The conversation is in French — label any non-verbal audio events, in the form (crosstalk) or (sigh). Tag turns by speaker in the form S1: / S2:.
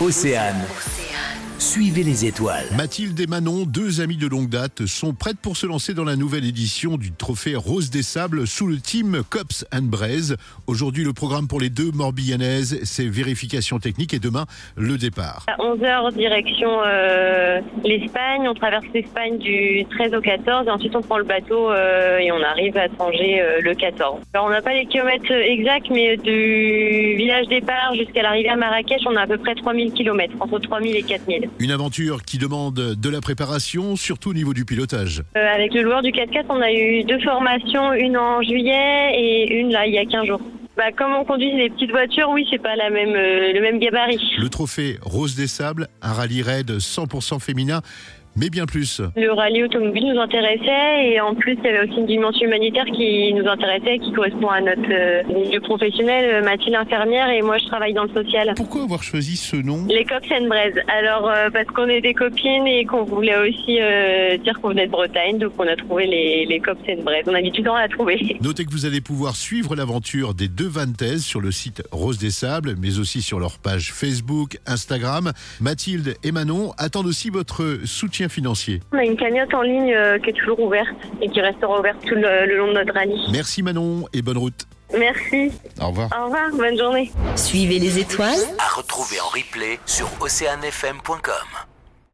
S1: Océane. Suivez les étoiles.
S2: Mathilde et Manon, deux amies de longue date, sont prêtes pour se lancer dans la nouvelle édition du trophée Rose des Sables sous le team Cops and Braise. Aujourd'hui, le programme pour les deux Morbihanaises, c'est vérification technique et demain, le départ.
S3: À 11h, direction euh, l'Espagne. On traverse l'Espagne du 13 au 14 et ensuite on prend le bateau euh, et on arrive à Tanger euh, le 14. Alors, on n'a pas les kilomètres euh, exacts, mais du village départ jusqu'à l'arrivée à Marrakech, on a à peu près 3000 kilomètres, entre 3000 et 4000.
S2: Une aventure qui demande de la préparation, surtout au niveau du pilotage.
S3: Euh, avec le loueur du 4x4, on a eu deux formations, une en juillet et une là, il y a 15 jours. Bah, comme on conduit des petites voitures, oui, c'est pas la même, euh, le même gabarit.
S2: Le trophée Rose des Sables, un rallye raid 100% féminin, mais bien plus.
S3: Le rallye automobile nous intéressait et en plus il y avait aussi une dimension humanitaire qui nous intéressait, qui correspond à notre euh, milieu professionnel. Mathilde infirmière et moi je travaille dans le social.
S2: Pourquoi avoir choisi ce nom
S3: Les Cox and Braise. Alors euh, parce qu'on est des copines et qu'on voulait aussi euh, dire qu'on venait de Bretagne, donc on a trouvé les, les Cox and Braise. On a mis du temps à la trouver. (laughs)
S2: Notez que vous allez pouvoir suivre l'aventure des deux Vantaises sur le site Rose des Sables, mais aussi sur leur page Facebook, Instagram. Mathilde et Manon attendent aussi votre soutien financier.
S3: On a une cagnotte en ligne euh, qui est toujours ouverte et qui restera ouverte tout le- le long de notre rallye.
S2: Merci Manon et bonne route.
S3: Merci.
S2: Au revoir.
S3: Au revoir. Bonne journée.
S4: Suivez les étoiles
S1: À retrouver en replay sur oceanfm.com.